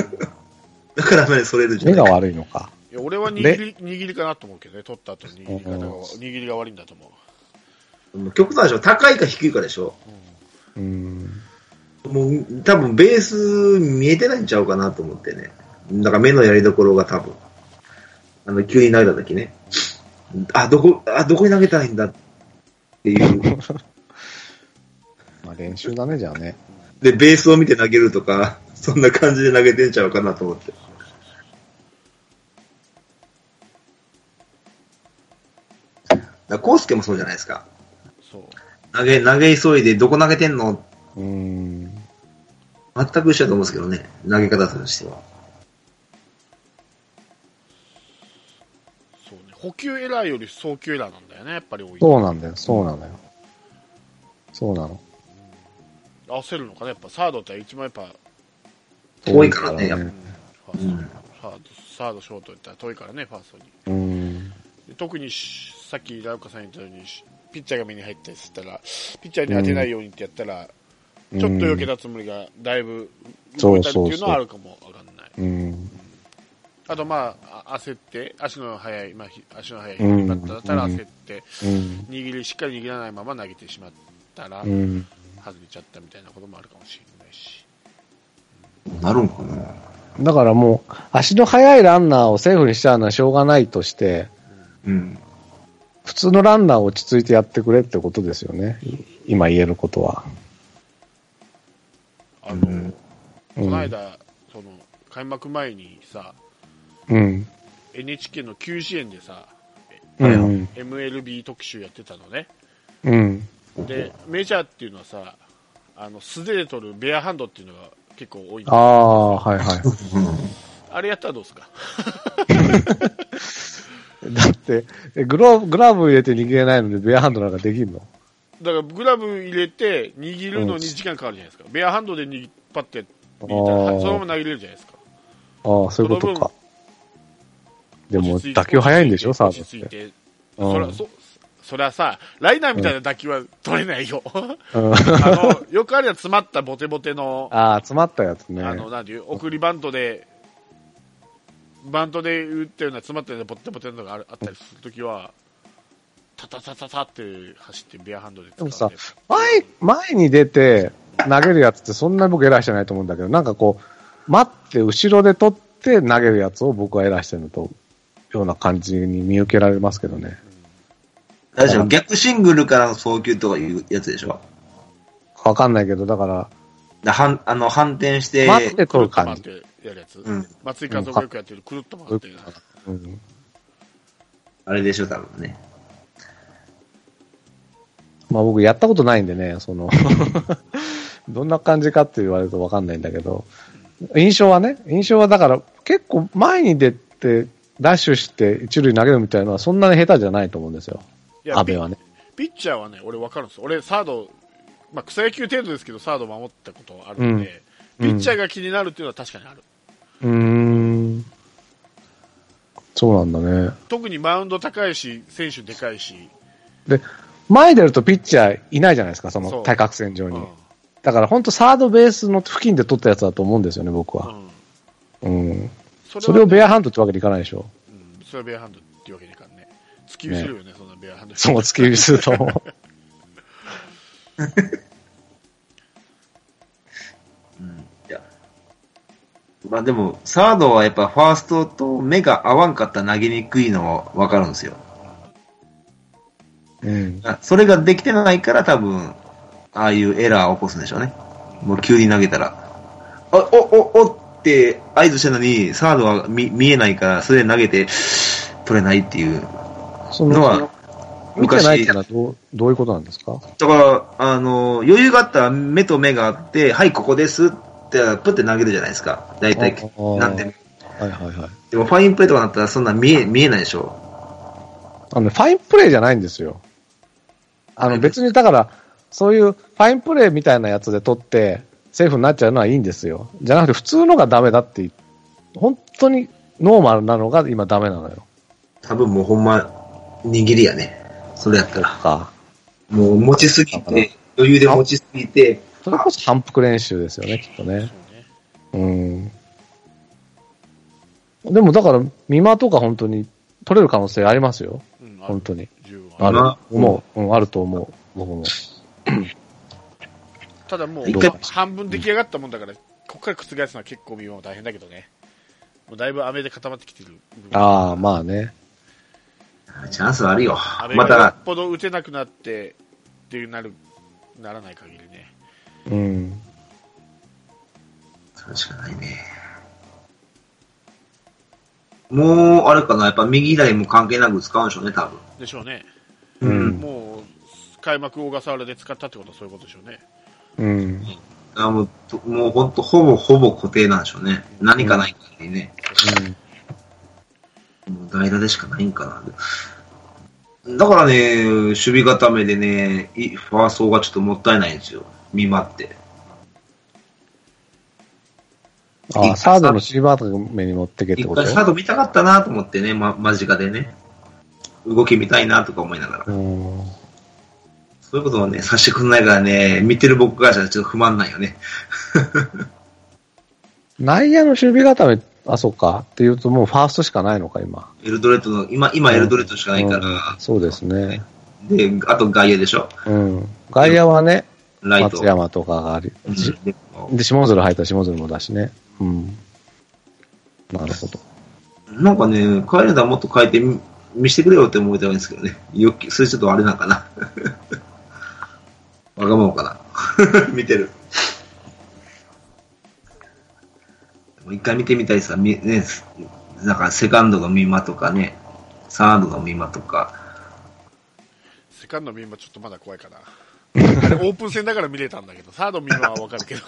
だからまでそれるじゃ目ながい悪いのか。いや俺は握り握りかなと思うけどね、取った後に握り方が握りが悪いんだと思う。極端でしょ。高いか低いかでしょ。うん。もう、多分ベース見えてないんちゃうかなと思ってね。だから目のやりどころが多分、あの、急に投げた時ね。あ、どこ、あ、どこに投げたらいいんだっていう。まあ練習だね、じゃあね。で、ベースを見て投げるとか、そんな感じで投げてんちゃうかなと思って。だコースケもそうじゃないですか。そう。投げ、投げ急いで、どこ投げてんのうん。全く一緒だと思うんですけどね。投げ方としては。そうね。補給エラーより送球エラーなんだよね、やっぱり多い。そうなんだよ、そうなのよ。そうなの。焦るのかね、やっぱサードって一番やっぱ、遠いからね、やっうん。フぱァースト、サード、サードショートいったら遠いからね、ファーストに。うん。で特にしさっきラウカさん言ったように、しピッチャーが目に入ったりしたら、ピッチャーに当てないようにってやったら、うんちょっと避けたつもりがだいぶ動いたりっていうのはあるかもわかんない。うん。あと、まあ、あ焦って、足の速い、まあ、ひ足の速いうんバッターだったら焦って、うん。握り、しっかり握らないまま投げてしまったら、うん。外れちゃったみたいなこともあるかもしれないし。なるんかな。だからもう、足の速いランナーをセーフにしちゃうのはしょうがないとして、うん。普通のランナーを落ち着いてやってくれってことですよね。今言えることは。あの、うんこの間、その、開幕前にさ、うん。 NHK の旧支援でさ、うはいはいん。 MLB 特集やってたのね。うん。で、メジャーっていうのはさ、あの、素手で取るベアハンドっていうのが結構多いんだああ、はい はい。あれやったらどうですかだって、えグローブ、グラブ入れて握れないのでベアハンドなんかできるのだからグラブ入れて握るのに時間かかるじゃないですか。ベアハンドで握っパって握ったらあーはそのまま投げれるじゃないですか。ああ、そういうことか。でも、落ち着いて打球速いんでしょ、サ落ちー着ドいって。て。うんそら、そ、そりゃさ、ライナーみたいな打球は取れない よ。うんあの、よくあるやつ詰まったボテボテの、ああ、詰まったやつね。あの、なんていう、送りバントで、バントで打ったような詰まったようなボテボテのがあるあったりするときは、タタタタタって走ってベアハンドでで使うもんさで、前、前に出て投げるやつってそんなに僕偉い人じゃないと思うんだけど、なんかこう、待って後ろで取って投げるやつを僕は偉い人のと、ような感じに見受けられますけどね。大丈夫逆シングルからの送球とかいうやつでしょわかんないけど、だから、だ反あの反転して、待ってくる取るっと回感っじ。てやるやつうん。松井監督がよくやってる、くるっと回ってる。うん、あれでしょ、多分ね。まあ僕やったことないんでね、その、 どんな感じかって言われるとわかんないんだけど、印象はね、印象はだから結構前に出て、ダッシュして一塁投げるみたいなのはそんなに下手じゃないと思うんですよ。いや安倍はね。ピッチャーはね、俺分かるんですよ。俺、サード、まあ、草野球程度ですけど、サード守ったことあるんで、うんピッチャーが気になるっていうのは確かにある。うーん。そうなんだね。特にマウンド高いし、選手でかいし、で、前出るとピッチャーいないじゃないですか、そそうの対角線上うんに。だから本当サードベースの付近で取ったやつだと思うんですよね、僕うは。んうん。そそれはをベアハンドってわけにいかないでしょ。うん、それはベアハンドっていうわけにいかんね。突き指するよね、そんなベアハンド。その突き指すると思う。いや。まあでも、サードはやっぱファーストと目が合わんかったら投げにくいのはわかるんですよ。 うん。あそれができてないから多分、ああいうエラーを起こすんでしょうね。もう急に投げたら。あ、お、お、おって合図したのに、サードは見見えないから、それで投げて、取れないっていう。そののは、見てないって昔いうのはどう、どういうことなんですかだから、あの、余裕があったら目と目があって、はい、ここですって、プって投げるじゃないですか。大体あー、なんでも。はいはいはい。でもファインプレーとかなったらそんな見え、見えないでしょ。あのね、ファインプレーじゃないんですよ。あの別にだから、そういうファインプレーみたいなやつで取って、セーフになっちゃうのはいいんですよ。じゃなくて、普通のがダメだって、本当にノーマルなのが今ダメなのよ。多分もうほんま、握りやね。それやったら。か。もう持ちすぎて、余裕で持ちすぎて、それこそ反復練習ですよね、きっとね。うん。でもだから、ミマとか本当に取れる可能性ありますよ。うん、ある本当に。十分ああるるまあ。思う。うん、あると思う。僕も。ただもう一回半分出来上がったもんだから、ここから覆すのは結構見も大変だけどね。もうだいぶ飴で固まってきてる。ああ、まあね。チャンスはあるよ飴。ま、がよったぽど打てなくなって、っていうなる、ならない限りね。うん。それしかないね。もう、あれかな、やっぱ右左も関係なく使うんでしょうね、多分。でしょうね。うんもう、開幕小笠原で使ったってことはそういうことでしょうね。うん。あもうと、もうほんと、ほぼほぼ固定なんでしょうね。何かないかにね。もう代打でしかないんかな。だからね、守備固めでね、いファーストがちょっともったいないんですよ。見舞って。ああ、サードのシーバーと目に持ってけって一こと回サード見たかったなと思ってね、ま、間近でね。動き見たいなとか思いながら。うん。そういうことをね、させてくんないからね、見てる僕からしたらちょっと不満なんよね。内野の守備固め、あ、そうか。っていうともうファーストしかないのか、今。エルドレッドの、今、今エルドレッドしかないかうんら。そうですね。で、あと外野でしょうん。外野はね、ライト。松山とかがあり。うんじでで、下鶴入ったら下鶴もだしね。うん。なるほど。なんかね、帰るならもっと変えてみ見してくれよって思いたいんですけどね。よっそれちょっとあれなんかな。 わがままかな。 見てる。もう一回見てみたいさ、みね、すなんかセカンドがミマとかね、サードがミマとか、セカンド見んばちょっとまだ怖いかな。あれオープン戦だから見れたんだけど、サード見んばはわかるけど。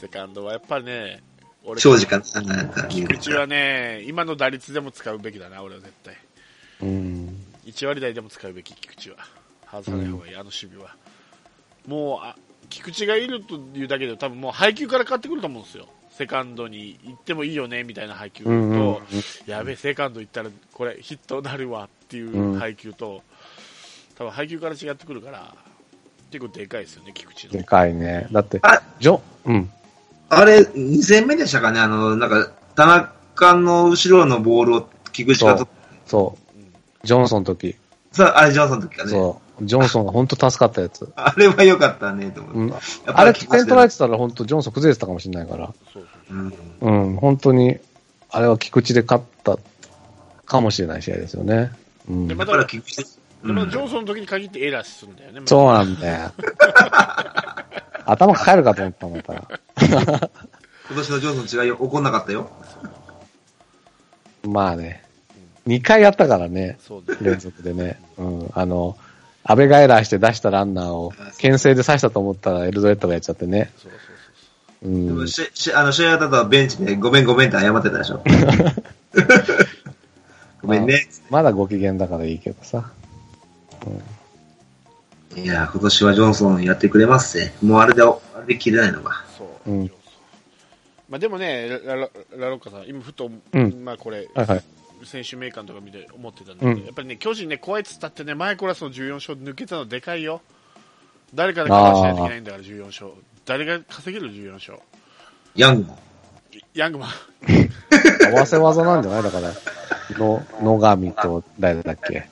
セカンドはやっぱりね、俺、庄司かななんか見るうちはね、今の打率でも使うべきだな、俺は絶対。うん。 1割台でも使うべき、菊池は。外さない方がいい、あの守備は。もうあ、菊池がいるというだけで、多分もう配球から変わってくると思うんですよ。セカンドに行ってもいいよね、みたいな配球と、うんうんうんやべえ、セカンド行ったらこれヒットなるわっていう配球と、多分配球から違ってくるから、結構でかいですよね、菊池での。かいね。だってあ、ジョ、うん。あれ、2戦目でしたかねあの、なんか、田中の後ろのボールを菊池がそうと、。そう。ジョンソンの時。さあれ、ジョンソンの時かね。そう。ジョンソンが本当助かったやつ。あれは良かったね、と思って。うん。やっあぱれ、り起点取られてたら本当ジョンソン崩れてたかもしれないから。そうそううんうん。本当に、あれは菊池で勝ったかもしれない試合ですよね。うでん。まだたから菊池、でまたジョンソンの時に限ってエラーするんだよね。またそうなんだよ。 頭抱えるかと思った、また。今年のジョンソンの違い起こんなかったよ。まあね。2回やったからね。そうだよね連続でね。うん。あの、安倍がエラーして出したランナーを、牽制で刺したと思ったらエルドレッドがやっちゃってね。そうそうそううでもん。ししあの試合やった後はベンチでごめんごめんって謝ってたで しょ。ごめんね。まあまだご機嫌だからいいけどさ。いや、今年はジョンソンやってくれますね。もうあれで、あれで切れないのか。そう、うんまあ、でもね、ラララロッカさん、今、ふと、うんまあ、これ、はいはい。選手名鑑とか見て思ってたんだけど、うんやっぱりね、巨人ね、怖いっつったってね、前コラスの14勝抜けたのでかいよ、誰かでカバーしないといけないんだから、14勝、誰が稼げる14勝、ヤングも。ヤングマン、合わせ技なんじゃないだから、の、野上と、誰だっけ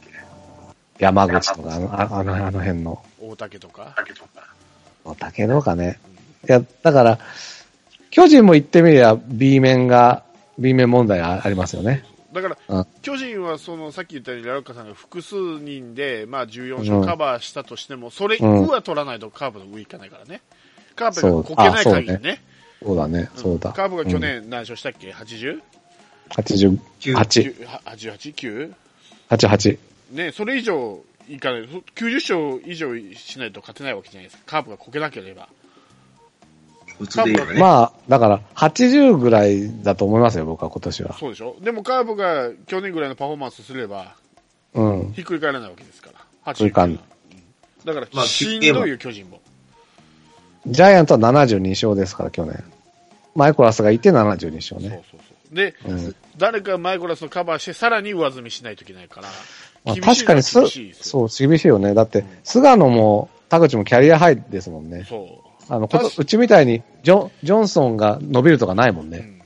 山口とか、あの、ああのあの辺の。大竹とか、竹どうかね。いや、だから、巨人も言ってみりゃ B 面が、B 面問題あありますよね。だから、うん巨人はそのさっき言ったように、ラロッカさんが複数人で、まあ、14勝カバーしたとしても、それうん上は取らないとカープの上いかないからね、カープがこけない限りね、そうだね、そうだ。カープが去うん。年、何勝したっけ、80? 88、88、 88?9? 88。ね、それ以上いかない、そ90勝以上しないと勝てないわけじゃないですか、カープがこけなければ。普通でいいよね。まあ、だから、80ぐらいだと思いますよ、僕は今年は。そうでしょでもカープが去年ぐらいのパフォーマンスすれば、うん。ひっくり返らないわけですから。そういう感じだから、まあしんどいよ、巨人も。ジャイアントは72勝ですから、去年。マイコラスがいて72勝そうね。そうそう。で、うん誰かマイコラスをカバーして、さらに上積みしないといけないから、まあ、厳し確いのかはにす厳しいですよそう、厳しいよね。だって、菅野も田口もキャリアハイですもんね。そう。あの、こと確かうちみたいにジョン、ジョンソンが伸びるとかないもんね。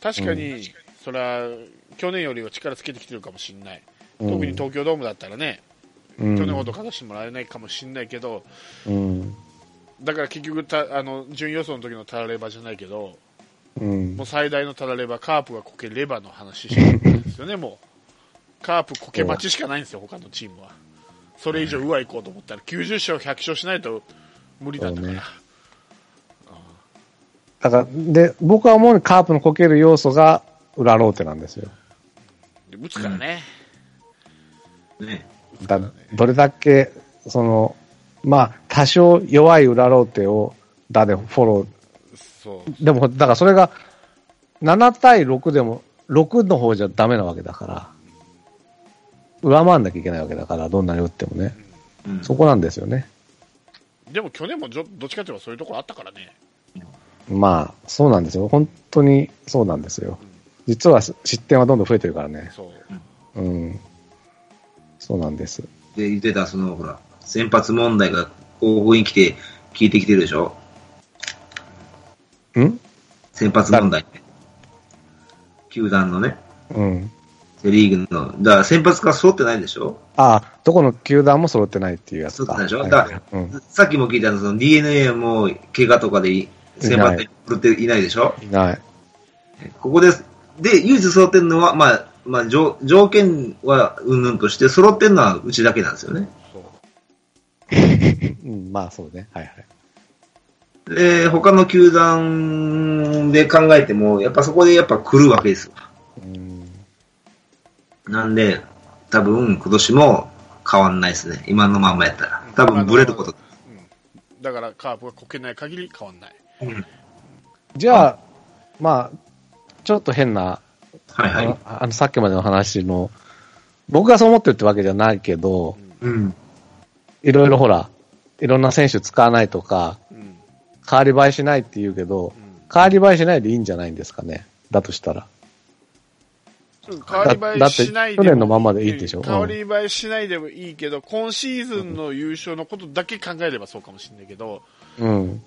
確かに、それは去年よりは力つけてきてるかもしれない、うん特に東京ドームだったらね、うん。去年ほど勝たせてもらえないかもしれないけど、うん。だから結局た、あの準予想の時のたらればじゃないけど、うんもう。最大のたられば、カープがこければの話しかないん ですよね、もう、カープこけ待ちしかないんですよ、他のチームは。それ以上、うわ行こうと思ったら、90勝、100勝しないと無理だったから、そうねだから、で、僕は思うにカープのこける要素が裏ローテなんですよ。で打つからね、ね。だどれだけ、その、まあ、多少弱い裏ローテを、だでフォロそうー。でも、だからそれが、7対6でも、6の方じゃダメなわけだから、上回んなきゃいけないわけだから、どんなに打ってもね。うんそこなんですよね。でも去年もじょどっちかといえばそういうところあったからね。まあ、そうなんですよ。本当にそうなんですよ。実は失点はどんどん増えてるからね。そううん。そうなんです。で、言ってた、その、ほら、先発問題が後方に来て、聞いてきてるでしょん先発問題。球団のね、うん。セリーグの、だから先発が揃ってないでしょああ、どこの球団も揃ってないっていうやつ揃ってか。ないでしょはいだから、うん。さっきも聞いたの、その DNA も怪我とかでい先発で揃っていないでしょいない。ここです。で、唯一揃ってるのは、まあ、まあ、条条件はうんぬんとして、揃ってるのはうちだけなんですよね。そううん、まあそうね。はいはい。で、他の球団で考えても、やっぱそこでやっぱ来るわけですよ。うん。なんで、多分今年も変わんないですね。今のまんまやったら。多分ブレること。だからカープがこけない限り変わんない。じゃあ、まあ、ちょっと変な、はいはあいの。あの、さっきまでの話の、僕がそう思ってるってわけじゃないけど、うん。いろいろほら、いろんな選手使わないとか、うん変わり映えしないって言うけど、う変わり映えしないでいいんじゃないんですかね。だとしたら。ん、変わり映えしないでもだって去年のままでいいでしょうん変わり映えしないでもいいけど、今シーズンの優勝のことだけ考えればそうかもしれないけど、うん。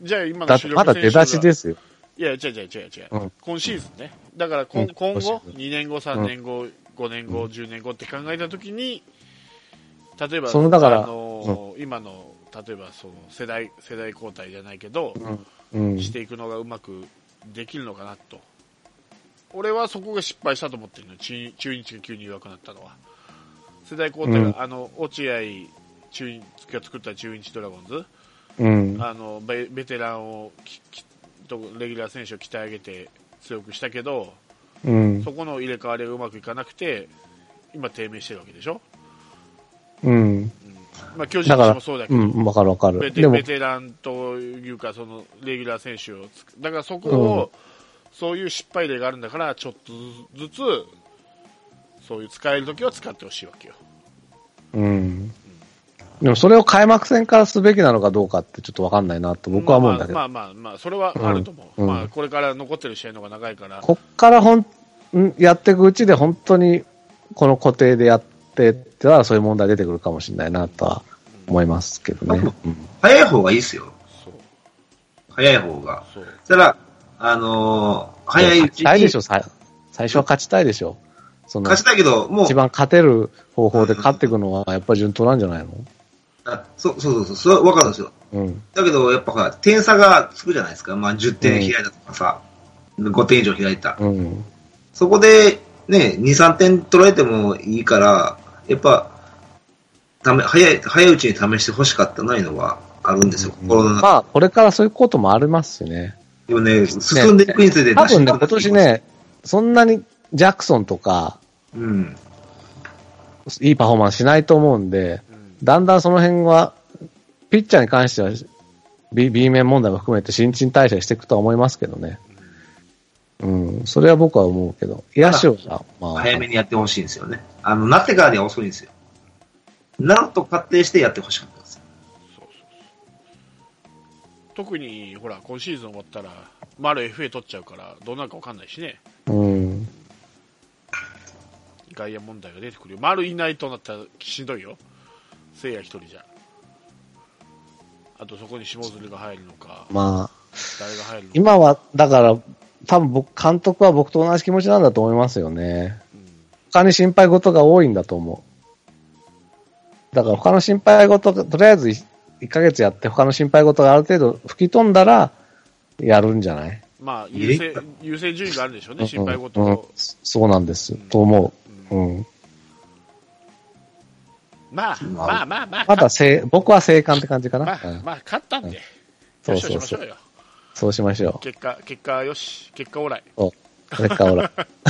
じゃあ今だのって主力選手。まだ出だしですすよ。いや、違う違う違う違う。うん今シーズンね。だから今,、うん今今シ後ー、ズン2年後、3年後、5年後、10年後って考えたときに、例えば、そのだからあのー今の、例えばその世代、世代交代じゃないけど、うん。していくのがうまくできるのかなと。俺はそこが失敗したと思ってるのよ中中日が急に弱くなったのは。世代交代が、うんあの、落合中日が作った中日ドラゴンズ、うん。あの、ベベテランをききと、レギュラー選手を鍛え上げて強くしたけど、うん。そこの入れ替わりがうまくいかなくて、今低迷してるわけでしょ。うん。まあ、巨人だからもそうだ、けうど、ん、わかるわかベる。テでもベ、テランというか、そのレギュラー選手をつく、だからそこを、そういう失敗例があるんだから、ちょっとずつ、そういう使えるときは使ってほしいわけよ。うん。でもそれを開幕戦からすべきなのかどうかってちょっとわかんないなと僕は思うんだけどま。あまあまあ、まあ、それはあると思う、うんまうあ、んこれから残ってる試合の方が長いから、こっからほん、んやっていくうちで本当にこの固定でやってったらそういう問題出てくるかもしれないなとは思いますけどね。うん早い方がいいですよ。そう、早い方が。そう、そしたら、あのー早いう勝ちちにたいでしょ、さ最初は勝ちたいでしょ。その勝ちたいけど、もう一、番勝てる方法で勝っていくのはやっぱり順当なんじゃないのあそうそうそうそう、それはわかるんですよ。うん。だけど、やっぱほら、点差がつくじゃないですか。まあ、10点開いたとかさ、5点以上開いた。うん。そこで、ね、2、3点取られてもいいから、やっぱ、ため早い、早いうちに試してほしかったないのはあるんですよ。心の中まあ、これからそういうこともありますしね。でもね、進んでいくにつれて、多分ね、今年。ね、そんなにジャクソンとか、うん。いいパフォーマンスしないと思うんで、うんだんだんその辺は、ピッチャーに関しては、B, B 面問題も含めて新陳代謝していくとは思いますけどね。うん、それは僕は思うけど。野手は、まあ、早めにやってほしいんですよね。あの、なってからでは遅いんですよ。なんと仮定してやってほしかったです。そうそうそう特にほら今シーズン終わったら丸 FA 取っちゃうからどうなるか分かんないしねうん。外野問題が出てくるよ丸いないとなったらしんどいよせいや一人じゃあとそこに下鶴が入るのかまあ、誰が入るのか今は、だから、多分僕、監督は僕と同じ気持ちなんだと思いますよね。他に心配事が多いんだと思う。だから他の心配事が、とりあえず1ヶ月やって他の心配事がある程度吹き飛んだら、やるんじゃないまあ優先優先順位があるんでしょうね心配事うんうんを、そうなんです。と思う。うん。まあまあまあまあまだせい、僕は生還って感じかまな。うあんまあ勝ったんでそようしよしましそうそょうう。よそうしましょ結果結果よし結果オーライう。そう。結果ほら。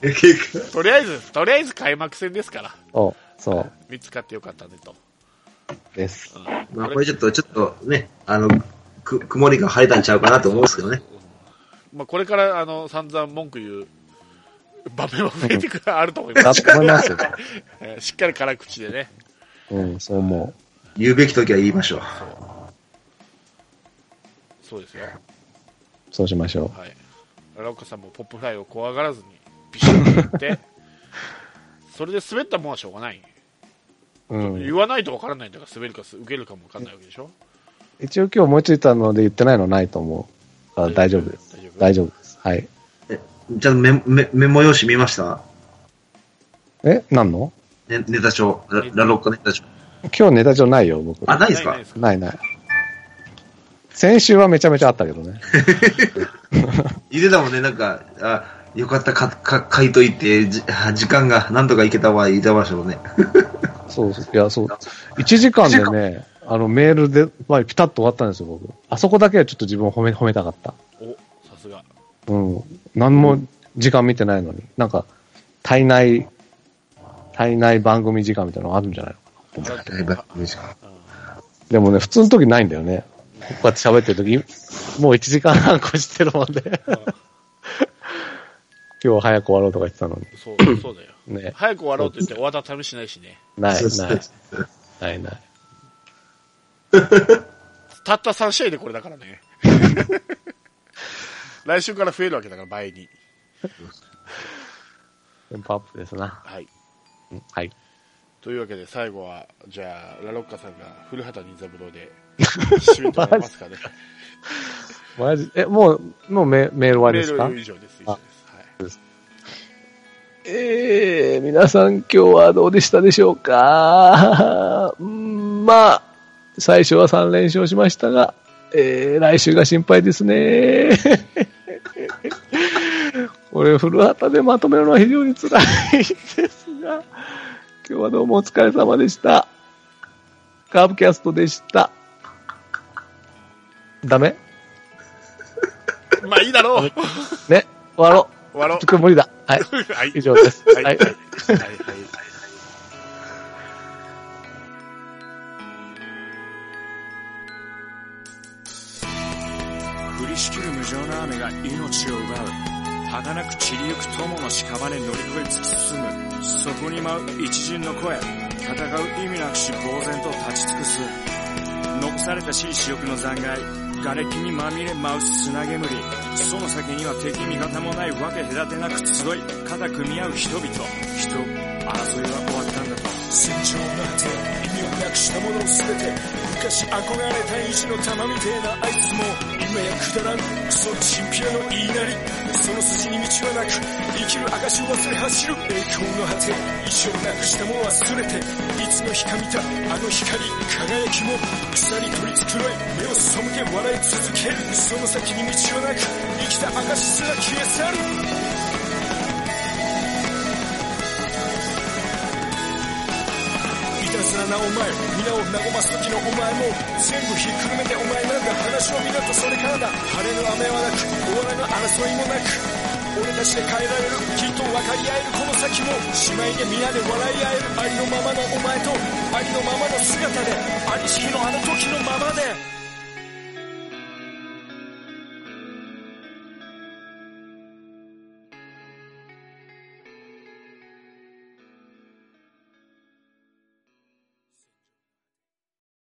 結果、とりあえずとりあえず開幕戦ですからそう。そう。見つかってよかったねと、です。まあ、これちょっと、ちょっとね、あの、く曇りが晴れたんちゃうかなと思うんですけどね。まあ、これからあの散々文句言う場面は増えてくるあると思いまだす、と思いますよ。えーしっかり辛口でねうん、そう思言うべき時は言いましょう。そうですよう。そうしましょう。はい荒岡さんもポップフライを怖がらずにビシッと言ってそれで滑ったもんはしょうがない、うん、言わないとわからないんだから滑るか受けるかもわかんないわけでしょ一応今日思いついたので言ってないのないと思う。から大丈夫です。大大丈夫です。はい。えちゃんとメメメモ用紙見ましたえ、なんのねネタ帳、ララロッカネタ帳。今日ネタ帳ないよ、僕。あ、ないですかですかないない。先週はめちゃめちゃあったけどね。言ってたもんね、なんか、あよかったか、か、書いといて、じあ時間がなんとかいけたわ、言ってましたもんね。そうそう。いや、そう。1時間でね、あの、メールで、まあ、ピタッと終わったんですよ、僕。あそこだけはちょっと自分を褒め、褒めたかった。おさすがうん。何も時間見てないのに。なんか、体内、体内番組時間みたいなのがあるんじゃないの荒木だいぶ短いでもね、普通の時ないんだよね。こうやって喋ってる時、もう1時間半越してるもんで。 今日は早く終わろうとか言ってたのに。そうそうだよね。早く終わろうって言って終わった試しないしねない、そうそうない、ない、ない。たった3試合でこれだからね来週から増えるわけだから倍にテンポアップですな。はいうんはい。というわけで最後はじゃあラロッカさんが古畑任三郎で締めてもらえますかねマジ、え、もう、もうメメール終わりメですーかル以上です以上です、はい、ええ皆さん今日はどうでしたでしょうか うんまあ、最初は3連勝しましたが、えー、来週が心配ですね。 これ、古畑でまとめるのは非常に辛いですが、今日はどうもお疲れ様でした。カーブキャストでした。ダメまあいいだろう終ね、終わろう。わろうちょっと無理だ。はい、 はい以上です。はいははいいはい降りしきる無情な雨が命を奪う儚く散りゆく友の屍に乗り越え突き進むそこに舞う一陣の声戦う意味なくし呆然と立ち尽くす残されたしい死翼の残骸瓦礫にまみれ舞う砂煙その先には敵味方もないわけ隔てなく集い肩組み合う人々人争いは終わったんだと戦場の果て意味をなくしたもの全て昔憧れた意地の玉みてえなあいつも今やくだらんクソチンピラの言いなりその筋に道はなく生きる証を忘れ走る栄光の果て意地をなくしたも忘れていつの日か見たあの光輝きも草に取り繕い目を背け笑い続けるその先に道はなく生きた証すら消え去るいたずらなお前皆を和ます時のお前も全部ひっくるめてお前なんだ話は皆とそれからだ晴れの雨はなく終わらぬ争いもなく俺たちで変えられるきっと分かり合えるこの先も姉妹で皆で笑い合えるありのままのお前とありのままの姿でありしきのあの時のままで